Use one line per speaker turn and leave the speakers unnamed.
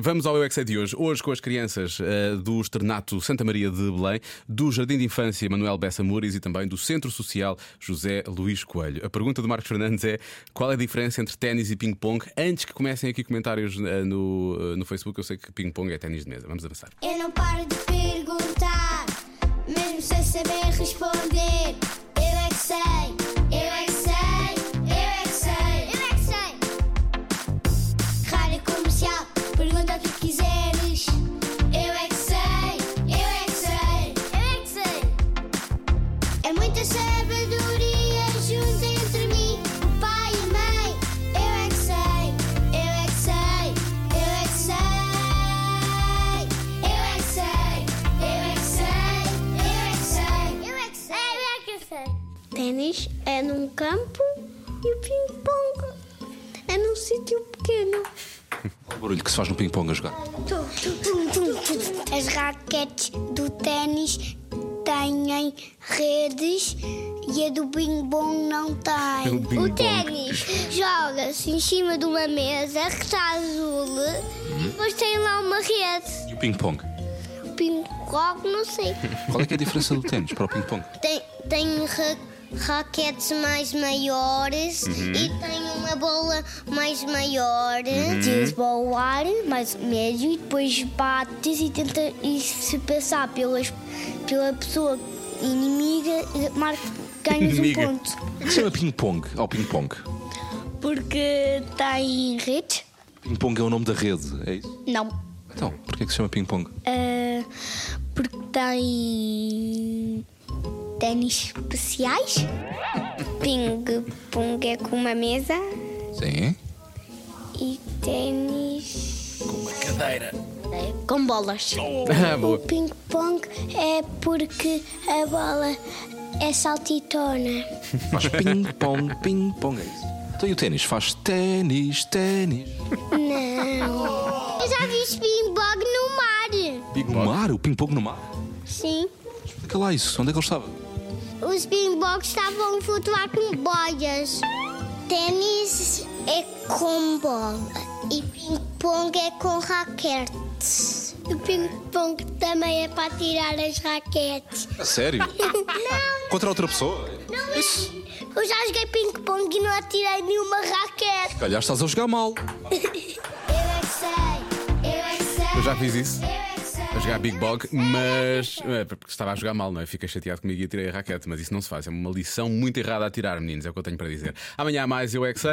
Vamos ao Eu é Que Sei de hoje. Hoje com as crianças eh, do Externato Santa Maria de Belém, do Jardim de Infância Manuel Bessa Mures e também do Centro Social José Luís Coelho. A pergunta do Marcos Fernandes é qual é a diferença entre ténis e ping-pong? Antes que comecem aqui comentários eh, no, eh, no Facebook, eu sei que ping-pong é ténis de mesa. Vamos avançar.
Eu não paro de perguntar, mesmo sem saber responder. Eu é que sei, eu é que sei, eu é que sei, eu é que sei. Rádio comercial, pergunta o que quiseres. Eu é que sei, eu é que sei, eu é que sei. É muita sabedoria junto entre mim, o pai e a mãe. Eu é que sei, eu é que sei, eu é que sei. Eu é que sei, eu é que sei, eu é que sei. Eu é que sei, eu é que sei. Ténis é num campo e o ping-pong é num sítio pequeno.
Qual o barulho que se faz no ping-pong a jogar?
As raquetes do ténis têm redes e a do bing-bong não tem.
O ping-pong.
O ténis joga-se em cima de uma mesa que está azul e depois tem lá uma rede.
E o ping-pong?
Ping-pong, não sei.
Qual é, que é a diferença do ténis para o ping-pong?
Tem, tem ra- raquetes mais maiores e tem uma bola mais maior. Tens bola ao ar, mais médio, e depois bates e tenta e se passar pelas, pela pessoa inimiga, marca, ganhas um
Inimiga.
ponto.
O é que se chama ping-pong ao ping-pong?
Porque tem redes?
Ping-pong é o nome da rede, é isso?
Não. Ah,
Então, porquê é que se chama ping-pong?
porque tem ténis especiais. Ping-pong é com uma mesa.
Sim.
E ténis. Com uma cadeira. Com bolas.
Ah,
O
boa.
ping-pong é porque a bola é saltitona.
Faz ping-pong, ping-pong, é isso? Então e o ténis? Faz ténis, ténis.
Não. Eu já vi os ping-pong no mar.
No mar? O ping-pong no mar?
Sim.
Explica lá isso, onde é que ele estava?
Os ping-pong estavam a flutuar com boias. Ténis é com bola e ping-pong é com raquetes. O ping-pong também é para tirar as raquetes.
A sério?
Não,
Contra outra pessoa? Isso.
é? Eu já joguei ping-pong e não atirei nenhuma raquete.
Calhar estás a jogar mal.
Eu é que sei, eu é que sei.
Eu já fiz isso.
Eu é que sei.
A jogar Big Bog, mas. é, Porque estava a jogar mal, não é? Fiquei chateado comigo e tirei a raquete, mas isso não se faz. É uma lição muito errada a tirar, meninos, é o que eu tenho para dizer. Amanhã há mais Eu é que sei.